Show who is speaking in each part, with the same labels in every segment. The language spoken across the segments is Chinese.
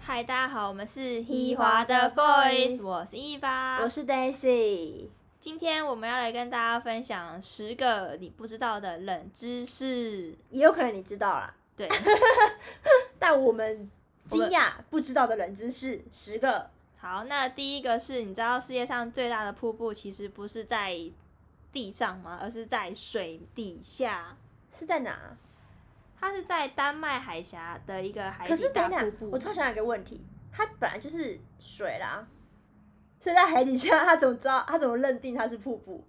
Speaker 1: 嗨，大家好，我们是
Speaker 2: 一
Speaker 1: 一
Speaker 2: 华
Speaker 1: 华
Speaker 2: 的
Speaker 1: 的
Speaker 2: Voice
Speaker 1: Voice，我是一发
Speaker 2: 我。是 Daisy。
Speaker 1: 今天我们要来跟大家分享十个你不知道的冷知识。
Speaker 2: 也有可能你知道啦，
Speaker 1: 对，
Speaker 2: 但我们
Speaker 1: 我
Speaker 2: 惊
Speaker 1: 们
Speaker 2: 讶不知道的冷知识十个，
Speaker 1: 好，那第一个是你知道世界上最大的瀑布其实不是在地上吗？而是在水底下。
Speaker 2: 是在哪？
Speaker 1: 它是在丹麦海峡的一个海
Speaker 2: 可
Speaker 1: 底
Speaker 2: 是等
Speaker 1: 大
Speaker 2: 一下
Speaker 1: 瀑布。，
Speaker 2: 我突然想到一个问题，它本来就是水啦，所以在海底下，它怎么知道？它怎么认定它是瀑布？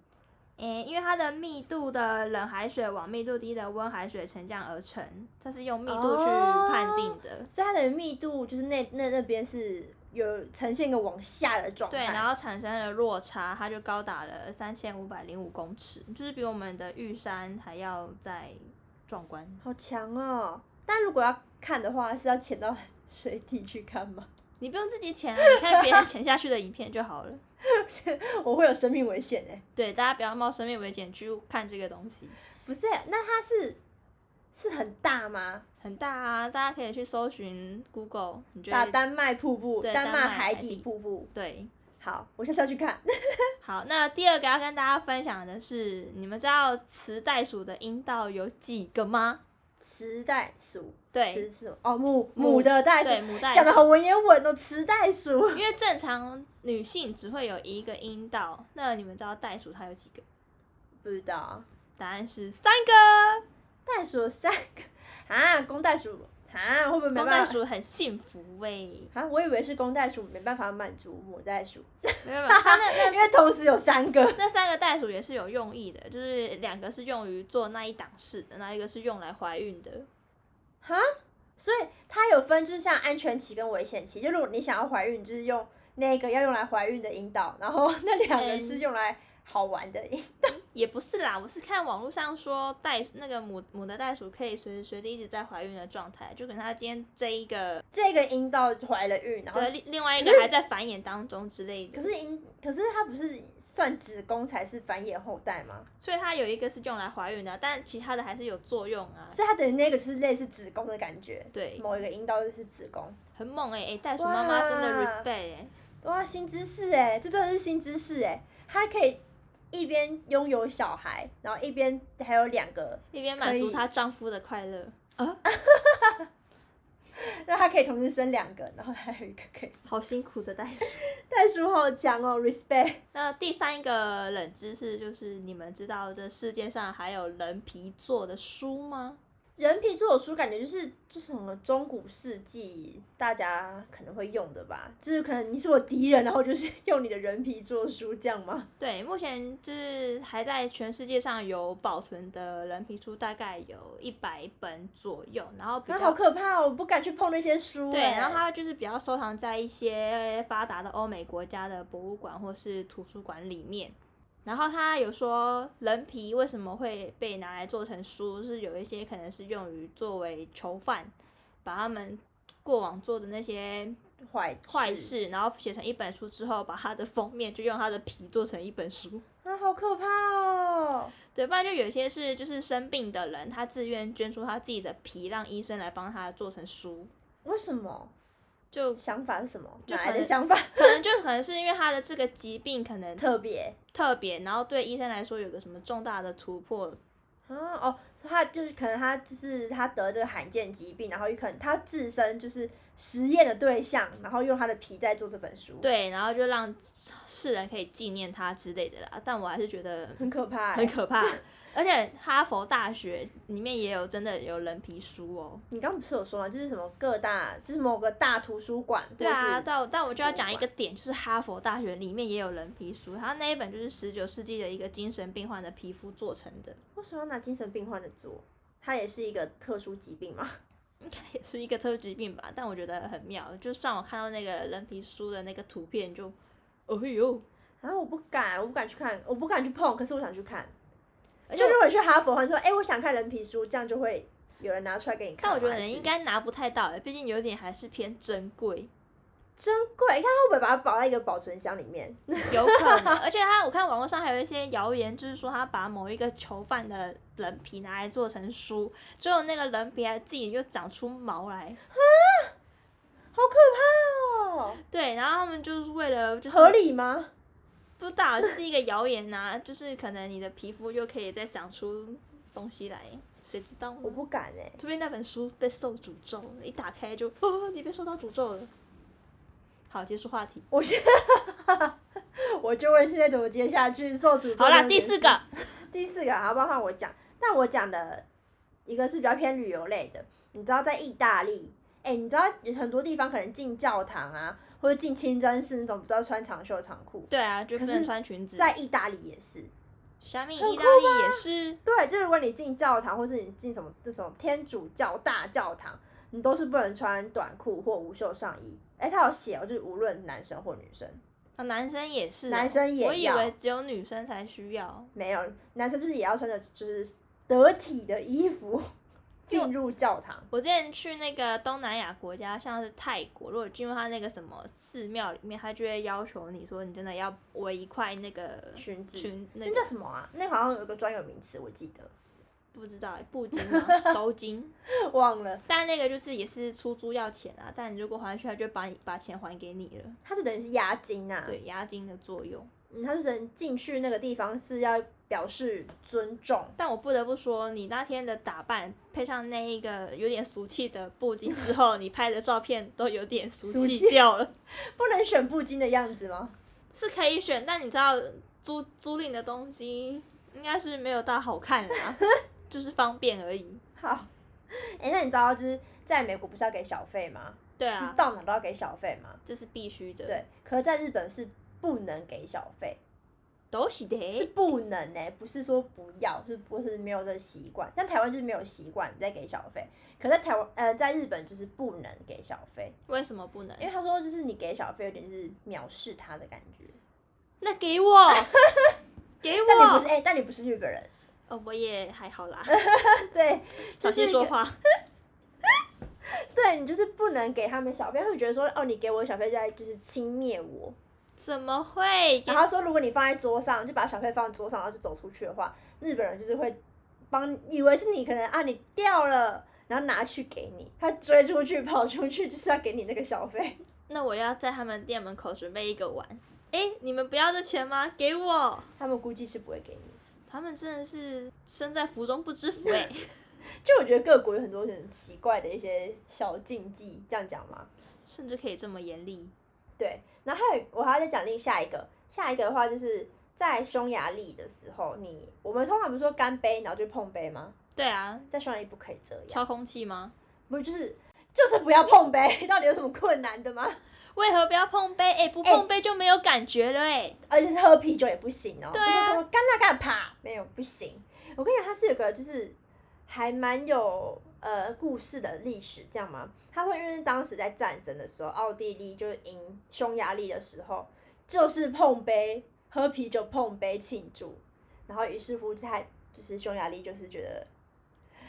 Speaker 1: 诶、因为它的密度的冷海水往密度低的温海水沉降而成，它是用密度去
Speaker 2: 哦
Speaker 1: 判定的。
Speaker 2: 所以它的密度就是那那那边是有呈现一个往下的状态。
Speaker 1: 对，然后产生了落差，它就高达了三千五百零五公尺，就是比我们的玉山还要再壮观。
Speaker 2: 好强哦！但如果要看的话，是要潜到水底去看吗？
Speaker 1: 你不用自己潜、啊，你看别人潜下去的影片就好了。
Speaker 2: 我会有生命危险哎、
Speaker 1: 对，大家不要冒生命危险去看这个东西，
Speaker 2: 不是，欸那它是是很大吗？
Speaker 1: 很大啊！大家可以去搜寻 Google，你觉
Speaker 2: 大
Speaker 1: 得？
Speaker 2: 丹麦瀑布，
Speaker 1: 对
Speaker 2: 丹
Speaker 1: 丹麦
Speaker 2: 海
Speaker 1: 海
Speaker 2: 底
Speaker 1: 底
Speaker 2: 瀑布。
Speaker 1: 对，
Speaker 2: 好，我下次要去 看。
Speaker 1: 好，那第二个要跟大家分享的是，你们知道雌袋鼠的阴道有几个吗？
Speaker 2: 雌袋鼠，
Speaker 1: 对，
Speaker 2: 雌鼠哦，母
Speaker 1: 母
Speaker 2: 母的袋
Speaker 1: 对，
Speaker 2: 鼠，
Speaker 1: 母袋
Speaker 2: 讲的
Speaker 1: 鼠
Speaker 2: 好文言文哦，雌袋鼠。
Speaker 1: 因为正常女性只会有一个阴道，那你们知道袋鼠它有几个？
Speaker 2: 不知道，
Speaker 1: 答案是三个。
Speaker 2: 袋鼠有三个 啊，公袋鼠啊，会不会没
Speaker 1: 公
Speaker 2: 办
Speaker 1: 袋
Speaker 2: 法？
Speaker 1: 鼠很幸福喂、
Speaker 2: 啊，我以为是公袋鼠没办法满足母袋鼠，
Speaker 1: 没有没有， 它那那
Speaker 2: 因为同时有三个。
Speaker 1: 那三个袋鼠也是有用意的，就是两个是用于做那一档事的，那一个是用来怀孕的。
Speaker 2: 所以它有分，就是像安全期跟危险期。就如果你想要怀孕，就是用那个要用来怀孕的引导，然后那两个
Speaker 1: 嗯
Speaker 2: 是用来好玩的引。
Speaker 1: 也不是啦，我是看网络上说袋那个母母的袋鼠可以随时随地一直在怀孕的状态，就可能它今天这一个
Speaker 2: 这个引导怀了孕，然后
Speaker 1: 对另另 外一个还在繁衍当中之类
Speaker 2: 可
Speaker 1: 的，
Speaker 2: 是引，可是它不是算子宫才是繁衍后代吗？
Speaker 1: 所以它有一个是用来怀孕的，但其他的还是有作用啊。
Speaker 2: 所以它等于那个就是类似子宫的感觉，
Speaker 1: 对，
Speaker 2: 某一个引导就是子宫。
Speaker 1: 很猛哎、欸、哎、袋鼠妈妈真的
Speaker 2: 哇
Speaker 1: respect 哎、
Speaker 2: 哇，新知识哎，这真的是新知识哎，它可以一边拥有小孩，然后一边还有两个，
Speaker 1: 一边
Speaker 2: 可
Speaker 1: 满
Speaker 2: 以
Speaker 1: 足她丈夫的快乐，
Speaker 2: 那它可以同时生两个，然后还有一个 可以。
Speaker 1: 好辛苦的袋鼠。
Speaker 2: 袋鼠好强哦，respect。
Speaker 1: 那第三个冷知识就是，你们知道这世界上还有人皮做的书吗？
Speaker 2: 人皮做的书感觉就是就是什么中古世纪大家可能会用的吧，就是可能你是我敌人，然后就是用你的人皮做书这样吗？
Speaker 1: 对，目前就是还在全世界上有保存的人皮书，大概有一百本左右，然后比
Speaker 2: 那好
Speaker 1: 较。
Speaker 2: 可怕哦，我不敢去碰那些书、
Speaker 1: 对，
Speaker 2: 哎
Speaker 1: 然后它就是比较收藏在一些发达的欧美国家的博物馆或是图书馆里面。然后他有说，人皮为什么会被拿来做成书？是有一些可能是用于作为囚犯，把他们过往做的那些
Speaker 2: 坏
Speaker 1: 坏，事，然后写成一本书之后，把它的封面就用它的皮做成一本书。
Speaker 2: 啊，好可怕哦！
Speaker 1: 对，不然就有些是就是生病的人，他自愿捐出他自己的皮，让医生来帮他做成书。
Speaker 2: 为什么？
Speaker 1: 就
Speaker 2: 想法是什么？
Speaker 1: 就
Speaker 2: 哪
Speaker 1: 可
Speaker 2: 来的
Speaker 1: 能
Speaker 2: 想法？
Speaker 1: 可能就可能是因为他的这个疾病可能
Speaker 2: 特别
Speaker 1: 特别，然后对医生来说有个什么重大的突破，
Speaker 2: 啊哦，所以他就是可能他就是他得这个罕见疾病，然后有可能他自身就是实验的对象，然后用他的皮在做这本书，
Speaker 1: 对，然后就让 世人可以纪念他之类的啦。但我还是觉得
Speaker 2: 很可怕、哎
Speaker 1: 很可怕， 而且哈佛大学里面也有真的有人皮书哦。
Speaker 2: 你刚刚不是有说吗？就是什么各大，就是某个大图书馆，
Speaker 1: 对啊，
Speaker 2: 或是
Speaker 1: 但我但我就要讲一个点，就是哈佛大学里面也有人皮书，它那一本就是十九世纪的一个精神病患的皮肤做成的，
Speaker 2: 为什么要拿精神病患的做？它也是一个特殊疾病嘛？
Speaker 1: 应该也是一个特疾病吧，但我觉得很妙，就上网看到那个人皮书的那个图片就，哦呦，
Speaker 2: 然啊后我不敢，我不敢去看，我不敢去碰，可是我想去看。
Speaker 1: 而且
Speaker 2: 就如果你去哈佛，你说，哎、我想看人皮书，这样就会有人拿出来给你看
Speaker 1: 但
Speaker 2: 吗。
Speaker 1: 我觉得
Speaker 2: 还是
Speaker 1: 人应该拿不太到、欸，毕竟有点还是偏珍贵，
Speaker 2: 珍贵，看他会不会把它保在一个保存箱里面？
Speaker 1: 有可能，而且他我看网络上还有一些谣言，就是说他把某一个囚犯的人皮拿来做成书，最后那个人皮还自己就长出毛来。
Speaker 2: 好可怕哦，
Speaker 1: 对，然后他们就是为了就是
Speaker 2: 合理吗？
Speaker 1: 不知道，就是一个谣言呐、 就是可能你的皮肤又可以再长出东西来，谁知道呢？
Speaker 2: 我不敢哎、
Speaker 1: 这边那本书被受诅咒，一打开就哦，你被受到诅咒了。好，结束话题。
Speaker 2: 我是，我就问现在怎么接下去，受诅咒
Speaker 1: 嗯好啦，
Speaker 2: 这件
Speaker 1: 第
Speaker 2: 事
Speaker 1: 四个，
Speaker 2: 第四个，好不好？换我讲。那我讲的一个是比较偏旅游类的，你知道在意大利，哎、你知道很多地方可能进教堂啊，或者进清真寺那种不都要穿长袖长裤，
Speaker 1: 对啊，就
Speaker 2: 可
Speaker 1: 不
Speaker 2: 是
Speaker 1: 能穿裙子。
Speaker 2: 在意大利也是。
Speaker 1: 下面
Speaker 2: 很
Speaker 1: 意大利也是，
Speaker 2: 对，就是如果你进教堂，或是你进什么这种天主教大教堂，你都是不能穿短裤或无袖上衣。哎、它有写哦，就是无论男生或女生，
Speaker 1: 啊，男生也是哦、
Speaker 2: 男生也
Speaker 1: 我以
Speaker 2: 要
Speaker 1: 为只有女生才需要。
Speaker 2: 没有男生就是也要穿着就是得体的 衣服进入教堂。
Speaker 1: 我之前去那个东南亚国家，像是泰国，如果进入他那个什么寺庙里面，他就会要求你说，你真的要围一块那个
Speaker 2: 裙子
Speaker 1: 裙，那
Speaker 2: 那
Speaker 1: 个
Speaker 2: 叫什么啊？那好像有一个专有名词，我记得
Speaker 1: 不知道欸布巾吗？ 头巾。
Speaker 2: 忘了。
Speaker 1: 但那个就是也是出租要钱啊，但你如果还去，他就把你把钱还给你了，
Speaker 2: 它就等于是押金啊，
Speaker 1: 对押金的作用。
Speaker 2: 嗯，它就等于进去那个地方是要表示尊重。
Speaker 1: 但我不得不说，你那天的打扮配上那一个有点俗气的布巾之后，你拍的照片都有点俗
Speaker 2: 俗
Speaker 1: 气
Speaker 2: 气
Speaker 1: 掉了。
Speaker 2: 不能选布巾的样子吗？
Speaker 1: 是可以选，但你知道租租赁的东西应该是没有到好看 啦，就是方便而已。
Speaker 2: 好，哎、那你知道就是在美国不是要给小费吗？
Speaker 1: 对
Speaker 2: 就是
Speaker 1: 啊，
Speaker 2: 到哪都要给小费吗？
Speaker 1: 这是必须的。，
Speaker 2: 对，可是在日本是不能给小费，
Speaker 1: 都是
Speaker 2: 是
Speaker 1: 的。
Speaker 2: 不能哎、不是说不要，是不是没有这个习惯？像台湾就是没有习惯在给小费，可在台湾呃在日本就是不能给小费，
Speaker 1: 为什么不能
Speaker 2: 因？为他说就是你给小费有点就是藐视他的感觉。
Speaker 1: 那给 我，给
Speaker 2: 但你不
Speaker 1: 我
Speaker 2: 是。哎、但你不是日本人，
Speaker 1: 哦，我也还好啦，
Speaker 2: 对，
Speaker 1: 小
Speaker 2: 就是
Speaker 1: 心说话。
Speaker 2: 对你就是不能给他们小费，他会觉得说哦你给我小费就在就是轻蔑我。
Speaker 1: 怎么会？
Speaker 2: 然后说，如果你放在桌上，就把小费放在桌上，然后就走出去的话，日本人就是会帮，以为是你可能啊你掉了，然后拿去给你，他追出去跑出去就是要给你那个小费。
Speaker 1: 那我要在他们店门口准备一个碗。哎，你们不要这钱吗？给我。
Speaker 2: 他们估计是不会给你。
Speaker 1: 他们真的是身在福中不知福 哎、
Speaker 2: 就我觉得各国有很多很奇怪的一些小禁忌，这样讲吗？
Speaker 1: 甚至可以这么严厉。
Speaker 2: 对，然后还有我还要再讲另下一个，下一个的话就是在匈牙利的时候，你我们通常不是说干杯，然后就碰杯吗？
Speaker 1: 对啊，
Speaker 2: 在匈牙利不可以这样，
Speaker 1: 敲空气吗？
Speaker 2: 不是就是就是不要碰杯， 到底有什么困难的吗？
Speaker 1: 为何不要碰杯？哎、不
Speaker 2: 欸
Speaker 1: 碰杯就没有感觉了哎、
Speaker 2: 而且是喝啤酒也不行哦。
Speaker 1: 对啊
Speaker 2: 不是说干啦干啪，没有不行。我跟你讲，它是有个就是还蛮有呃故事的历史，这样吗？他说，因为当时在战争的时候，奥地利就是赢匈牙利的时候，就是碰杯喝啤酒碰杯庆祝，然后于是乎他就是匈牙利就是觉得。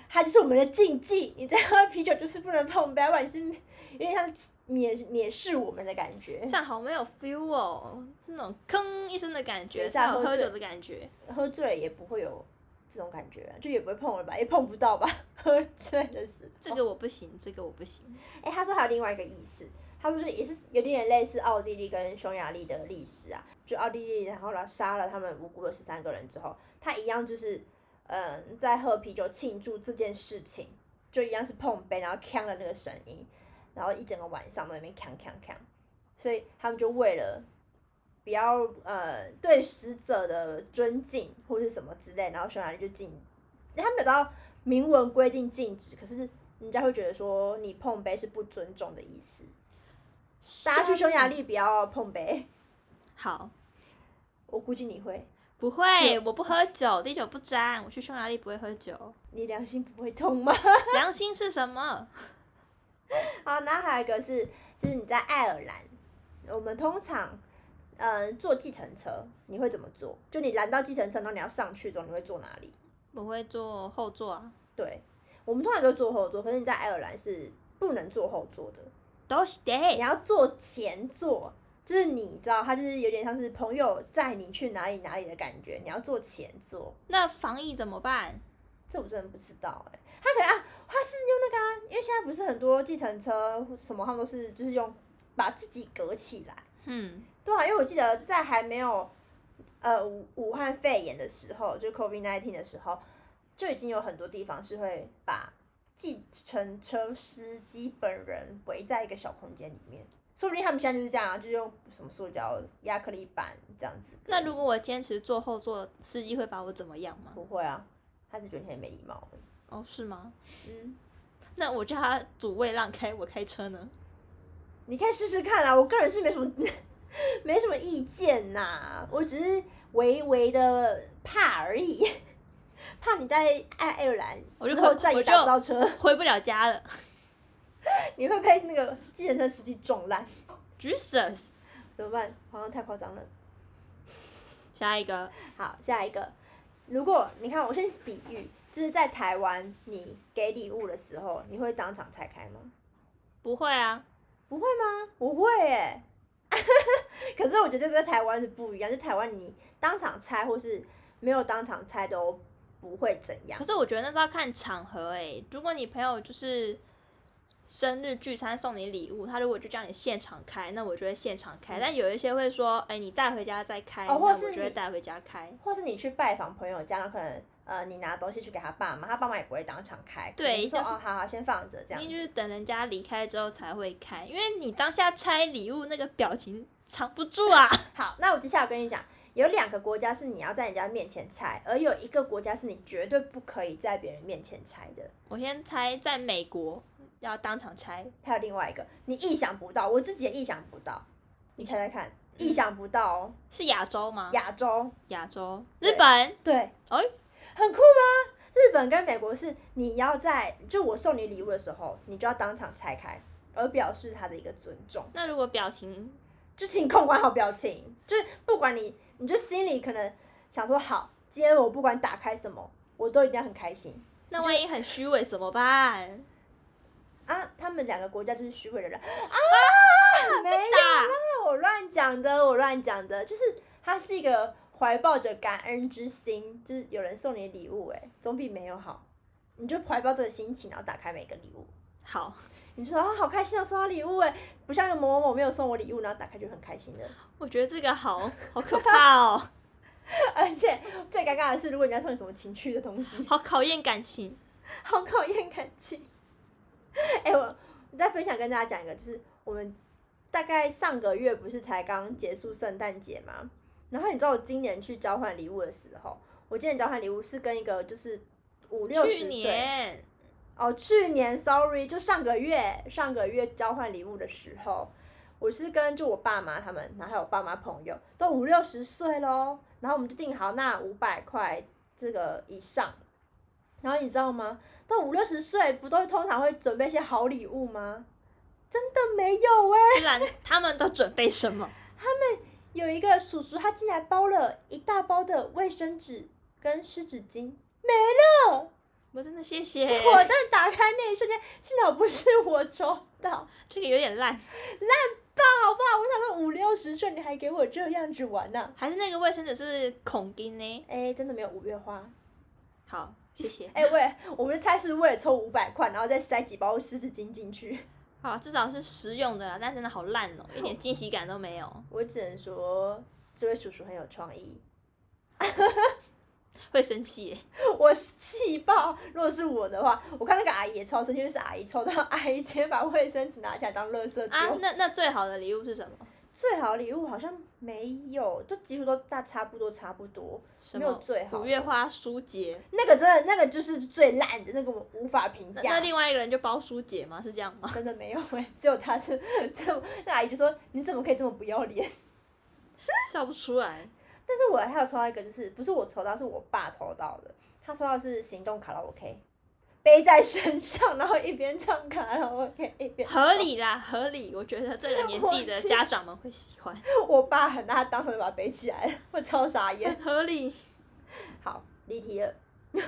Speaker 2: 它就是我们的禁忌，你在喝啤酒就是不能碰杯，不然你是有点像蔑蔑视我们的感觉。
Speaker 1: 这样好没有 feel 哦，那种吭一声的感觉，
Speaker 2: 等一下
Speaker 1: 才有
Speaker 2: 喝
Speaker 1: 喝
Speaker 2: 醉
Speaker 1: 酒的感觉。
Speaker 2: 喝醉了也不会有这种感觉啊，就也不会碰了吧，也碰不到吧。 喝醉的时候，
Speaker 1: 这个我不行，这个我不行。
Speaker 2: 哎、他说还有另外一个意思，他说就也是有点类似奥地利跟匈牙利的历史啊，就奥地利然后呢杀了他们无辜的十三个人之后，他一样就是嗯在喝啤酒庆祝这件事情，就一样是呃碰杯，然后呛了那个声音，然后一整个晚上都在那边呛呛呛，所以他们就为了。不要呃对死者的尊敬或是什么之类，然后匈牙利就禁，他们有到明文规定禁止，可是人家会觉得说你碰杯是不尊重的意思。大家
Speaker 1: 啊
Speaker 2: 去匈牙利不要碰杯，
Speaker 1: 好，
Speaker 2: 我估计你会，
Speaker 1: 不会，我不喝酒，滴酒不沾。我去匈牙利不会喝 酒，
Speaker 2: 你良心不会痛吗？
Speaker 1: 良心是什么？
Speaker 2: 好，然后还有一个是，就是你在爱尔兰，我们通常，嗯、坐计程车你会怎么坐？就你拦到计程车，然后你要上去之后，你会坐哪里？
Speaker 1: 我会坐后座啊，
Speaker 2: 对，我们通常都坐后座，可是你在爱尔兰是不能坐后座的，
Speaker 1: 都是的。
Speaker 2: 你要坐前座，就是你知道，它就是有点像是朋友载你去哪里哪里的感觉，你要坐前座。
Speaker 1: 那防疫怎么办？
Speaker 2: 这我真的不知道哎、他可能啊，他是用那个啊，因为现在不是很多计程车什么，他们都是就是用把自己隔起来。
Speaker 1: 嗯，
Speaker 2: 对啊，因为我记得在还没有呃武武汉肺炎的时候，就是 COVID nineteen 的时候，就已经有很多地方是会把计程车司机本人围在一个小空间里面。说不定他们现在就是这样、啊，就用什么塑胶亚克力板这样子。
Speaker 1: 那如果我坚持坐后座，司机会把我怎么样吗？
Speaker 2: 不会啊，他是觉得你很没礼貌。
Speaker 1: 哦，是吗？
Speaker 2: 嗯，
Speaker 1: 那我叫他主位让开，我开车呢？
Speaker 2: 你可以试试看啦，我个人是没什么 没什么意见呐、我只是微微的怕而已，怕你在爱爱尔兰
Speaker 1: 我就
Speaker 2: 之后
Speaker 1: 回
Speaker 2: 再也
Speaker 1: 我就
Speaker 2: 打不到车，
Speaker 1: 回不了家了。
Speaker 2: 你会被那个计程车司机撞烂，
Speaker 1: Jesus，
Speaker 2: 怎么办？好像太夸张了。
Speaker 1: 下一个，
Speaker 2: 好，下一个，如果你看我先比喻，就是在台湾你给礼物的时候，你会当场拆开吗？
Speaker 1: 不会啊，
Speaker 2: 不会吗？不会耶。 可是我觉得这跟台湾是不一样，就台湾你当场拆或是没有当场拆都不会怎样
Speaker 1: 可。是我觉得那是要看场合诶、如果你朋友就是生日聚餐送你礼物，他如果就叫你现场开，那我就会现场开。但有一些会说，哎、你带回家再开，
Speaker 2: 哦
Speaker 1: 那
Speaker 2: 或
Speaker 1: 我
Speaker 2: 是
Speaker 1: 就会
Speaker 2: 你
Speaker 1: 带回家开。
Speaker 2: 或是你去拜访朋友家，可能呃你拿东西去给他爸妈，他爸妈也不会当场开，
Speaker 1: 对
Speaker 2: 可能就
Speaker 1: 就
Speaker 2: 说
Speaker 1: 是
Speaker 2: 哦好好先放着这样
Speaker 1: 一定。就是等人家离开之后才会开，因为你当下拆礼物那个表情藏不住啊。
Speaker 2: 好，那我接下来跟你讲，有两个国家是你要在人家面前拆，而有一个国家是你绝对不可以在别人面前拆的。
Speaker 1: 我先猜，在美国要当场拆，
Speaker 2: 还有另外一个，你意想不到，我自己也意想不到，你猜猜
Speaker 1: 嗯
Speaker 2: 看，意想不到哦，
Speaker 1: 是亚洲吗？
Speaker 2: 亚洲。
Speaker 1: 亚洲，
Speaker 2: 对
Speaker 1: 日本，
Speaker 2: 对，
Speaker 1: 哎
Speaker 2: 很酷吗？日本跟美国是你要在就我送你礼物的时候，你就要当场拆开，而表示他的一个尊重，
Speaker 1: 那如果表情
Speaker 2: 就请控管好表情，就是不管你，你就心里可能想说好，今天我不管打开什么，我都一定要很开心
Speaker 1: 那万一很虚伪怎么办？
Speaker 2: 啊。他们两个国家就是虚伪的人，啊
Speaker 1: 被打，
Speaker 2: 我乱讲的，我乱讲的，就是他是一个怀抱着感恩之心，就是有人送你礼物、欸，哎，总比没有好。你就怀抱这个心情，然后打开每个礼物。
Speaker 1: 好，
Speaker 2: 你就说啊，好开心哦，收到礼物哎，不像某某某没有送我礼物，然后打开就很开心的。
Speaker 1: 我觉得这个好好可怕哦，
Speaker 2: 而且最尴尬的是，如果人家送你什么情趣的东西，
Speaker 1: 好考验感情。
Speaker 2: 好考验感情。哎、我我再分享跟大家讲一个，就是我们大概上个月不是才刚结束圣诞节嘛，然后你知道我今年去交换礼物的时候，我今年交换礼物是跟一个就是五六
Speaker 1: 去
Speaker 2: 十岁
Speaker 1: 年
Speaker 2: 哦，去年 sorry，就上个月上个月交换礼物的时候，我是跟就我爸妈他们，然后还有我爸妈朋友，都五六十岁喽，然后我们就定好那五百块这个以上，然后你知道吗？到五六十岁不都通常会准备一些好礼物吗？真的没有哎、
Speaker 1: 不然他们都准备什么？
Speaker 2: 有一个叔叔他竟然包了一大包的卫生纸跟湿纸巾，没了。
Speaker 1: 我真的谢谢，
Speaker 2: 我在打开那一瞬间，幸好不是我抽到。
Speaker 1: 这个有点烂，
Speaker 2: 好不好？我想说五六十岁你还给我这样子玩呢、
Speaker 1: 还是那个卫生纸是孔丁呢？
Speaker 2: 哎，真的没有五月花。
Speaker 1: 好，谢谢。
Speaker 2: 哎，为 我们的菜是为了抽五百块，然后再塞几包湿纸巾进去。
Speaker 1: 好，至少是实用的啦，但真的好烂哦，一点惊喜感都没有，
Speaker 2: 我只能说，这位叔叔很有创意，
Speaker 1: 会生气耶。
Speaker 2: 我气爆。如果是我的话，我看那个阿姨也超生气，就是阿姨抽到，阿姨直接把卫生纸拿起来当垃圾丢。
Speaker 1: 啊，那那最好的礼物是什么？
Speaker 2: 最好礼物好像没有，就几乎都大差不多差不多，
Speaker 1: 什
Speaker 2: 没有
Speaker 1: 么？
Speaker 2: 最好的。
Speaker 1: 五月花书节，
Speaker 2: 那个真的，那个就是最烂的，那个我无法评
Speaker 1: 那
Speaker 2: 价。
Speaker 1: 那另外一个人就包书节吗？是这样 吗？
Speaker 2: 真的没有哎、只有他是这么，那阿姨就说你怎么可以这么不要脸？
Speaker 1: 笑不出来。
Speaker 2: 但是我还有抽到一个，就是不是我抽到，是我爸抽到的，他抽到的是行动卡拉 OK，背在身上，然后一边唱卡拉 OK 一边
Speaker 1: 合。理啦，合理，我觉得这个年纪的家长们会喜欢，
Speaker 2: 我爸很大，当场就把它背起来了，我超傻眼。
Speaker 1: 合理。
Speaker 2: 好，离题了。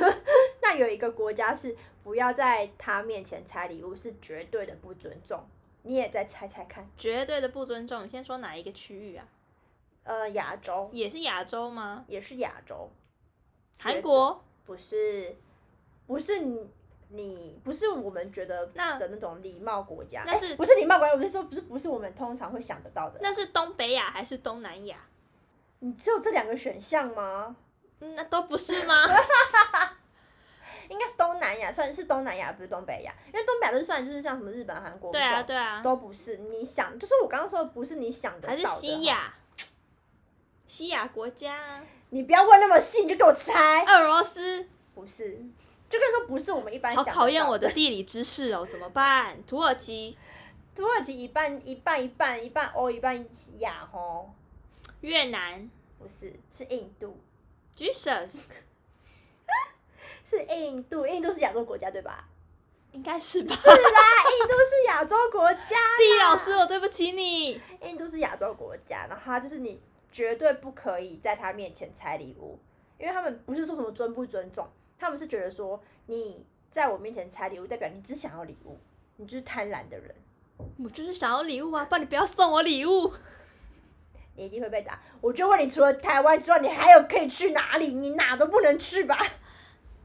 Speaker 2: 那有一个国家是不要在他面前拆礼物，是绝对的不尊重。你也再猜猜看，
Speaker 1: 绝对的不尊重。你先说哪一个区域啊？
Speaker 2: 呃，亚洲
Speaker 1: 也是亚洲吗？
Speaker 2: 也是亚洲，
Speaker 1: 韩国
Speaker 2: 不是不是你你不是我们觉得
Speaker 1: 那
Speaker 2: 的那种礼貌国家，
Speaker 1: 那
Speaker 2: 诶
Speaker 1: 是
Speaker 2: 不是礼貌国家？我是说，不是不是我们通常会想得到的。
Speaker 1: 那是东北亚还是东南亚？
Speaker 2: 你只有这两个选项吗？
Speaker 1: 嗯那都不是 吗？
Speaker 2: 应该是东南亚，算是东南亚，不是东北亚，因为东北亚就算就是像什么日本、韩国，
Speaker 1: 对啊，对啊，
Speaker 2: 都不是你想，就是我刚刚说的不是你想得到
Speaker 1: 还
Speaker 2: 的。啊
Speaker 1: 是西，亚，西亚国家啊，
Speaker 2: 你不要问那么细，你就给我猜，
Speaker 1: 俄罗斯，
Speaker 2: 不是，就跟你说不是我们一般
Speaker 1: 好
Speaker 2: 想得到的。
Speaker 1: 考验我的地理知识哦，怎么办？土耳其、
Speaker 2: 土耳其一半一半一半一半欧一半亚吼，
Speaker 1: 越南
Speaker 2: 不是是印度，
Speaker 1: ，Jesus，
Speaker 2: 是印度，印度是亚洲国家对吧？
Speaker 1: 应该是吧？
Speaker 2: 是啦，印度是亚洲国家，
Speaker 1: 地理老师，我对不起你。
Speaker 2: 印度是亚洲国家，然后它就是你绝对不可以在他面前拆礼物，因为他们不是说什么尊不尊重，他们是觉得说你在我面前拆礼物，代表你只想要礼物，你就是贪婪的人，
Speaker 1: 我就是想要礼物啊，不然你不要送我礼物。
Speaker 2: 你一定会被打。我就问你，除了台湾之外，你还有可以去哪里？你哪都不能去吧？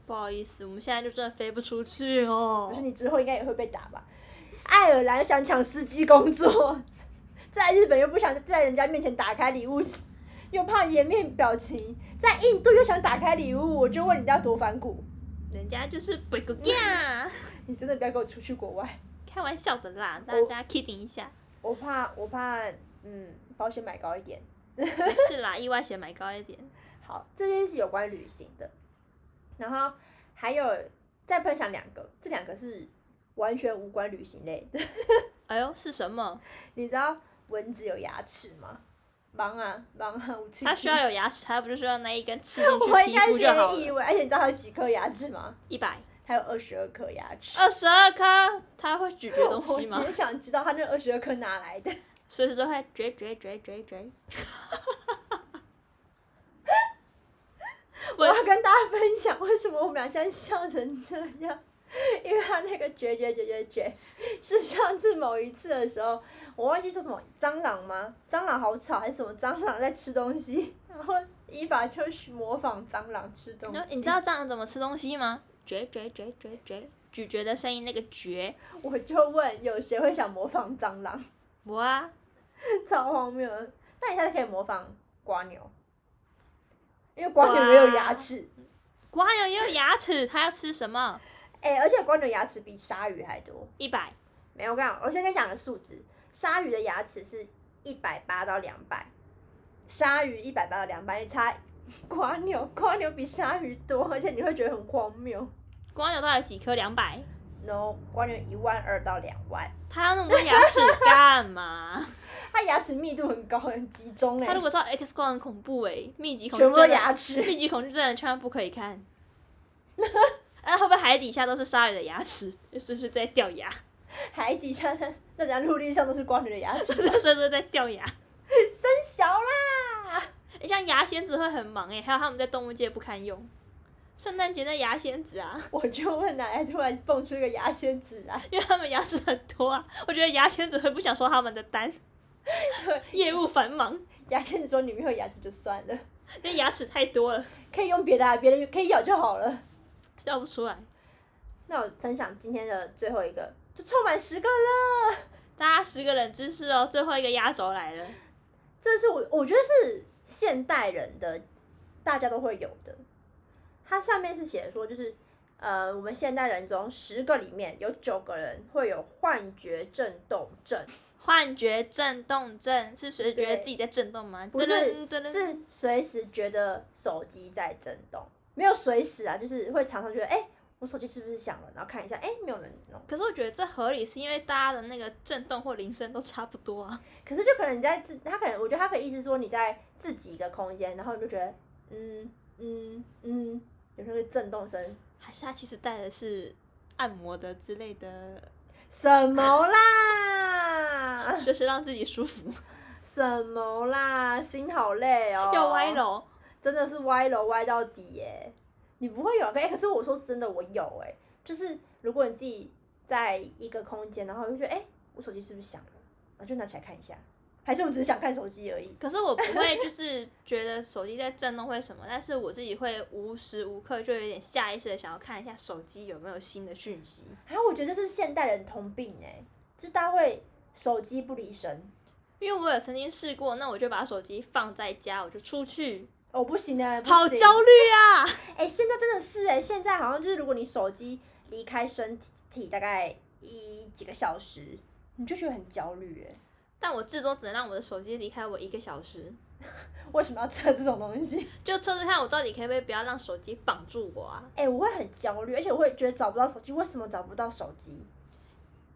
Speaker 1: 不好意思，我们现在就真的飞不出去哦
Speaker 2: 不是。你之后应该也会被打吧？爱尔兰想抢司机工作， 在日本又不想在人家面前打开礼物，又怕颜面表情，在印度又想打开礼物，我就问你要多反骨，
Speaker 1: 人家就是不个呀，
Speaker 2: 你真的不要给我出去国外，
Speaker 1: 开玩笑的啦，大
Speaker 2: 我
Speaker 1: 家 kidding 一下，
Speaker 2: 我怕我怕，嗯，保险买高一点。
Speaker 1: 没事啦，意外险买高一点。
Speaker 2: 好，这些是有关旅行的，然后还有再分享两个，这两个是完全无关旅行类的。
Speaker 1: 哎呦，是什 么？
Speaker 2: 你知道蚊子有牙齿吗？忙啊忙啊，我去。
Speaker 1: 它需要有牙齿，它不就需要那一根刺进去
Speaker 2: 我一
Speaker 1: 皮
Speaker 2: 开
Speaker 1: 肤
Speaker 2: 始
Speaker 1: 就好
Speaker 2: 也以
Speaker 1: 了？
Speaker 2: 为，而且你知道它有几颗牙齿吗？
Speaker 1: 一百
Speaker 2: 它有二十二颗牙齿。
Speaker 1: 二十二颗，它会咀嚼东西
Speaker 2: 我
Speaker 1: 吗
Speaker 2: 只？是想知道它那二十二颗哪来的。
Speaker 1: 随时都会嚼嚼嚼嚼嚼。
Speaker 2: 我
Speaker 1: 我
Speaker 2: 要跟大家分享为什么我们俩现在笑成这样，因为它那个绝绝绝绝绝，是上次某一次的时候，我忘记说什么蟑螂吗？蟑螂好吵还是什么蟑螂在吃东西，然后伊法就模仿蟑螂吃东西。
Speaker 1: 你知道蟑螂怎么吃东西吗？嚼嚼嚼嚼嚼，咀嚼的声音那个嚼。
Speaker 2: 我就问有谁会想模仿蟑螂？
Speaker 1: 我啊，
Speaker 2: 超荒谬的。但你下次可以模仿瓜牛，因为瓜牛没有牙齿，
Speaker 1: 瓜牛也有牙齿，它要吃什么？
Speaker 2: 哎、而且瓜牛牙齿比鲨鱼还多。
Speaker 1: 一百。
Speaker 2: 没有，我跟你讲，我先跟你讲个数值，鲨鱼的牙齿是一百八到两百，鲨鱼一百八到两百，你差瓜牛，瓜牛比鲨鱼多，而且你会觉得很荒谬。
Speaker 1: 瓜牛到底几颗？两百。
Speaker 2: no，瓜牛一万二到两万，
Speaker 1: 它要那么多牙齿干 嘛？
Speaker 2: 它牙齿密度很高，很集中哎、
Speaker 1: 它如果照 X 光很恐怖哎、密集恐惧
Speaker 2: 全部都
Speaker 1: 症的
Speaker 2: 牙齿，
Speaker 1: 密集恐惧症的千万不可以看。 哎，会不会海底下都是鲨鱼的牙齿？就是在掉牙，
Speaker 2: 海底下那家陆地上都是瓜牛的牙齿，
Speaker 1: 就是就是在掉牙。
Speaker 2: 小啦。
Speaker 1: 哎像牙仙子会很忙哎、还有他们在动物界不堪用。圣诞节的牙仙子啊，
Speaker 2: 我就问奶奶，突然蹦出一个牙啊仙子来，
Speaker 1: 因为他们牙齿很多啊，我觉得牙仙子会不想收他们的 单，业务繁忙，
Speaker 2: 牙仙子说你没有牙齿就算了，
Speaker 1: 那牙齿太多了，
Speaker 2: 可以用别的、啊，别的可以咬就好了。
Speaker 1: 叫不出来。
Speaker 2: 那我分享今天的最后一个，就凑满十个了。
Speaker 1: 大家十个冷知识哦，最后一个压轴来了。
Speaker 2: 这是我我觉得是现代人的，大家都会有的。它上面是写说，就是呃，我们现代人中十个里面有九个人会有幻觉震动症，
Speaker 1: 幻觉震动症是谁觉得自己在震动吗？
Speaker 2: 不是
Speaker 1: 噔噔噔噔
Speaker 2: 是随时觉得手机在震动，没有随时啊，就是会常常觉得，哎、我手机是不是响了？然后看一下，哎、没有人弄。
Speaker 1: 可是我觉得这合理，是因为大家的那个震动或铃声都差不多啊。
Speaker 2: 可是就可能你在自，他可能我觉得他可以意思说你在自己一个空间，然后你就觉得嗯嗯嗯，有时候会震动声，
Speaker 1: 还是他其实带的是按摩的之类的，
Speaker 2: 什么啦，
Speaker 1: 就是让自己舒 服，
Speaker 2: 什么啦，心好累哦，
Speaker 1: 又歪，楼。
Speaker 2: 真的是歪楼歪到底耶、你不会有哎、可是我说真的，我有哎、就是如果你自己在一个空间，然后就觉得哎、我手机是不是响了，然后就拿起来看一下，还是我们只是想看手机而已？
Speaker 1: 可是我不会，就是觉得手机在震动会什么，但是我自己会无时无刻就有点下意识的想要看一下手机有没有新的讯息。
Speaker 2: 还啊有，我觉得这是现代人通病哎、就是大家会手机不离身。
Speaker 1: 因为我有曾经试过，那我就把手机放在家，我就出去，
Speaker 2: 哦，不行啊，不
Speaker 1: 好
Speaker 2: 行
Speaker 1: 焦虑啊！
Speaker 2: 哎、现在真的是哎、现在好像就是如果你手机离开身体大概一几个小时，你就觉得很焦虑哎、
Speaker 1: 但我至终只能让我的手机离开我一个小时，
Speaker 2: 为什么要测这种东西？
Speaker 1: 就测试看我到底可不可以不要让手机绑住我啊！
Speaker 2: 哎、我会很焦虑，而且我会觉得找不到手机，为什么找不到手机？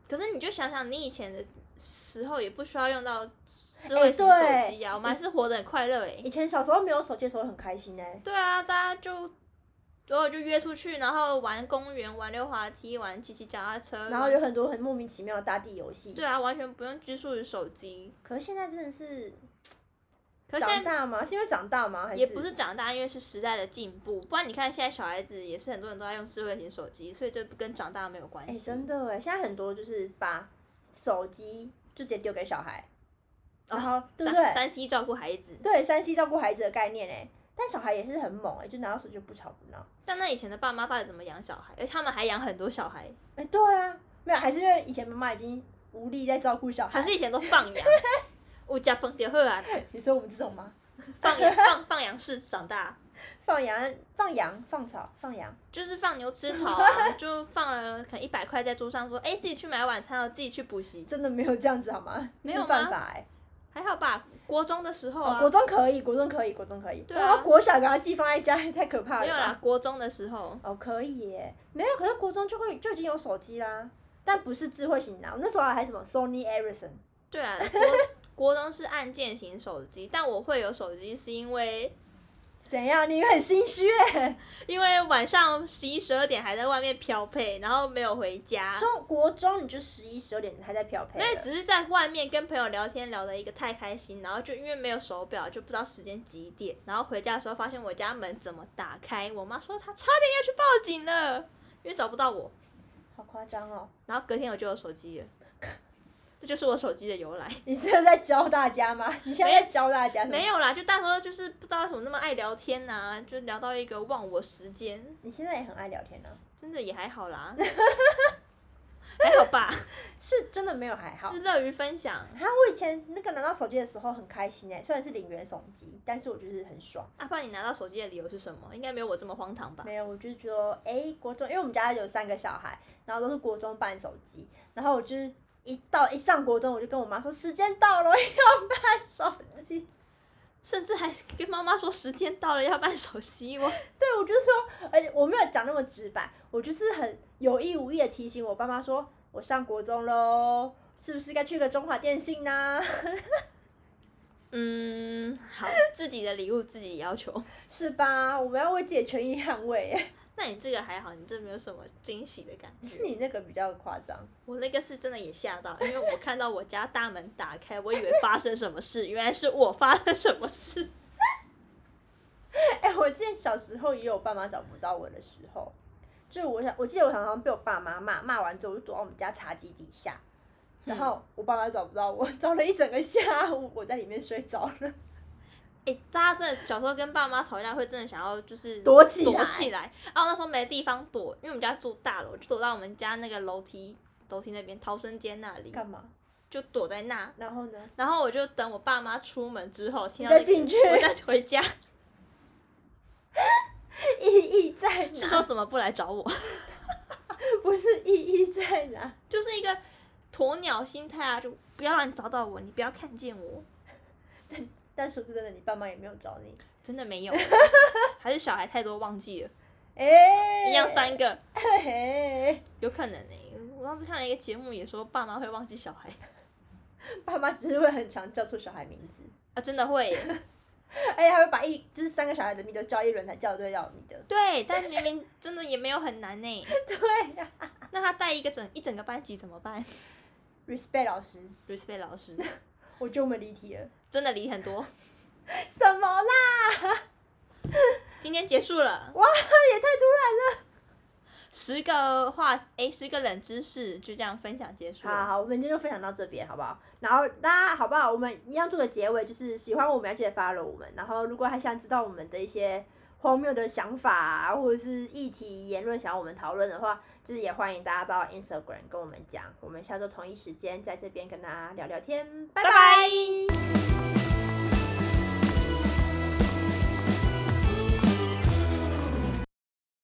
Speaker 1: 可是你就想想，你以前的时候也不需要用到智
Speaker 2: 哎
Speaker 1: 慧型手
Speaker 2: 对
Speaker 1: 机啊，我们还是活得很快乐诶、欸
Speaker 2: 以前小时候没有手机的时候很开心哎、
Speaker 1: 对啊，大家就偶尔就约出去，然后玩公园、玩溜滑梯、玩骑骑脚踏车，
Speaker 2: 然后有很多很莫名其妙的大地游戏。
Speaker 1: 嗯对啊，完全不用拘束于手机。
Speaker 2: 可是现在真的是
Speaker 1: 可是
Speaker 2: 长
Speaker 1: 现在
Speaker 2: 大吗？是因为长大吗？还
Speaker 1: 也不是长大，因为是时代的进步，不然你看现在小孩子也是很多人都在用智慧型手机，所以这跟长大没有关
Speaker 2: 哎、
Speaker 1: 系。
Speaker 2: 真的哎，现在很多就是把手机就直接丢给小孩，
Speaker 1: 哦
Speaker 2: 然后对不
Speaker 1: 三
Speaker 2: 对？
Speaker 1: 三 C 照顾孩子，
Speaker 2: 对，三 C 照顾孩子的概念哎，但小孩也是很猛哎，就拿到手就不吵不闹。
Speaker 1: 但那以前的爸妈到底怎么养小孩？而哎且他们还养很多小孩，
Speaker 2: 哎、对啊，没有，还是因为以前妈妈已经无力在照顾小
Speaker 1: 还，
Speaker 2: 孩
Speaker 1: 是以前都放 养？我家蹦迪赫啊，
Speaker 2: 你说我们这种吗？
Speaker 1: 放养放放养式长大，
Speaker 2: 放羊、放羊、放草、放羊，
Speaker 1: 就是放牛吃草啊，就放了可能一百块在桌上，说，哎、自己去买晚餐哦，自己去补习，
Speaker 2: 真的没有这样子好吗？
Speaker 1: 没有吗
Speaker 2: 办法哎、
Speaker 1: 还好吧？国中的时候
Speaker 2: 哦，
Speaker 1: 啊，
Speaker 2: 国中可以，国中可以，国中可以。
Speaker 1: 对啊
Speaker 2: 然后国小给他寄放在家，也 太可怕了。
Speaker 1: 没有啦，。国中的时候，
Speaker 2: 哦，可以耶，没有，可是国中就会就已经有手机啦，但不是智慧型的啊。我那时候还什么 Sony Ericsson，
Speaker 1: 对啊，国 国中是按键型手机，但我会有手机是因为
Speaker 2: 怎样？你很心虚哎。
Speaker 1: 因为晚上十一十二点还在外面漂配，然后没有回家。
Speaker 2: 中国中你就十一十二点还在漂配了。
Speaker 1: 那只是在外面跟朋友聊天聊的一个太开心，然后就因为没有手表，就不知道时间几点。然后回家的时候发现我家门怎么打开，我妈说她差点要去报警了，因为找不到我。
Speaker 2: 好夸张哦！
Speaker 1: 然后隔天我就有手机了，这就是我手机的由来。
Speaker 2: 你这是在教大 家吗？你现在在教大家什么？
Speaker 1: 没有啦，就大时候就是不知道为什么那么爱聊天呐、就聊到一个忘我时间，
Speaker 2: 你现在也很爱聊天呢、
Speaker 1: 真的也还好啦， 还好吧，
Speaker 2: 是真的没有还好。
Speaker 1: 是乐于分享
Speaker 2: 然后我以前那个拿到手机的时候很开心哎，虽然是零元手机，但是我就是很爽。
Speaker 1: 啊。不然你拿到手机的理由是什么？应该没有我这么荒唐吧？
Speaker 2: 没有，我就是觉得，哎、国中，因为我们家有三个小孩，然后都是国中办手机，然后我就是一到一上国中，我就跟我妈说时间到了，我 要办手机。
Speaker 1: 甚至还跟妈妈说时间到了要办手机，哦我
Speaker 2: 对，我就说，而且我没有讲那么直白，我就是很有意无意的提醒我爸妈说，我上国中喽，是不是该去个中华电信啊呢、
Speaker 1: 嗯，好，自己的礼物自己要求。
Speaker 2: 是吧？我们要为自己的权益捍卫。
Speaker 1: 那你这个还好，你这没有什么惊喜的感
Speaker 2: 是
Speaker 1: 觉。
Speaker 2: 你那个比较夸张，
Speaker 1: 我那个是真的也吓到，因为我看到我家大门打开，我以为发生什么事，原来是我发生什么事。
Speaker 2: 哎、我记得小时候也有爸妈找不到我的时候，就我想，我记得我常常被我爸妈骂，骂完之后我就躲到我们家茶几底下，然后我爸妈找不到我， 找了一整个下午，我在里面睡着了。
Speaker 1: 哎、大家真的小时候跟爸妈吵架，会真的想要就是
Speaker 2: 躲起来
Speaker 1: 躲起来。啊，我那时候没地方躲，因为我们家住大楼，就躲到我们家那个楼梯楼梯那边逃生间那里，
Speaker 2: 干嘛？
Speaker 1: 就躲在那。
Speaker 2: 然后呢？
Speaker 1: 然后我就等我爸妈出门之后，
Speaker 2: 你
Speaker 1: 听到、
Speaker 2: 再
Speaker 1: 那个、
Speaker 2: 进去，
Speaker 1: 我再回 家，
Speaker 2: 意义在哪？
Speaker 1: 是说怎么不来找我，
Speaker 2: 不是意义在哪？
Speaker 1: 就是一个鸵鸟心态啊，就不要让你找到我，你不要看见我，
Speaker 2: 但说真的，你爸妈也没有找你。
Speaker 1: 真的没有，欸 还是小孩太多忘记了，
Speaker 2: 哎、
Speaker 1: 一样三个，
Speaker 2: 嘿嘿，
Speaker 1: 有可能呢、我上次看了一个节目，也说爸妈会忘记小孩
Speaker 2: 爸妈只是会很常叫错小孩名字，
Speaker 1: 啊，真的会耶、
Speaker 2: 而且还会把一就是三个小孩的名都叫一轮才叫得对到你的。
Speaker 1: 对，但明明真的也没有很难呢。
Speaker 2: 对呀、
Speaker 1: 那他带一个整一整个班级怎么办
Speaker 2: r e s p e c t 老师。
Speaker 1: ？respect 老师
Speaker 2: 我觉得我们离题了。
Speaker 1: 真的离很多。
Speaker 2: 什么啦？
Speaker 1: 今天结束了，
Speaker 2: 哇，也太突然了！
Speaker 1: 十个话，诶，十个冷知识就这样分享结束
Speaker 2: 好
Speaker 1: 了。
Speaker 2: 好，我们今天就分享到这边，好不好？然后大家好不好？我们一样做个结尾，就是喜欢我们要记得 follow 我们。然后如果还想知道我们的一些荒谬的想法啊或者是议题言论想要我们讨论的话，就是也欢迎大家到 Instagram 跟我们讲。我们下周同一时间在这边跟大家聊聊天，拜
Speaker 1: 拜
Speaker 2: 拜
Speaker 1: 拜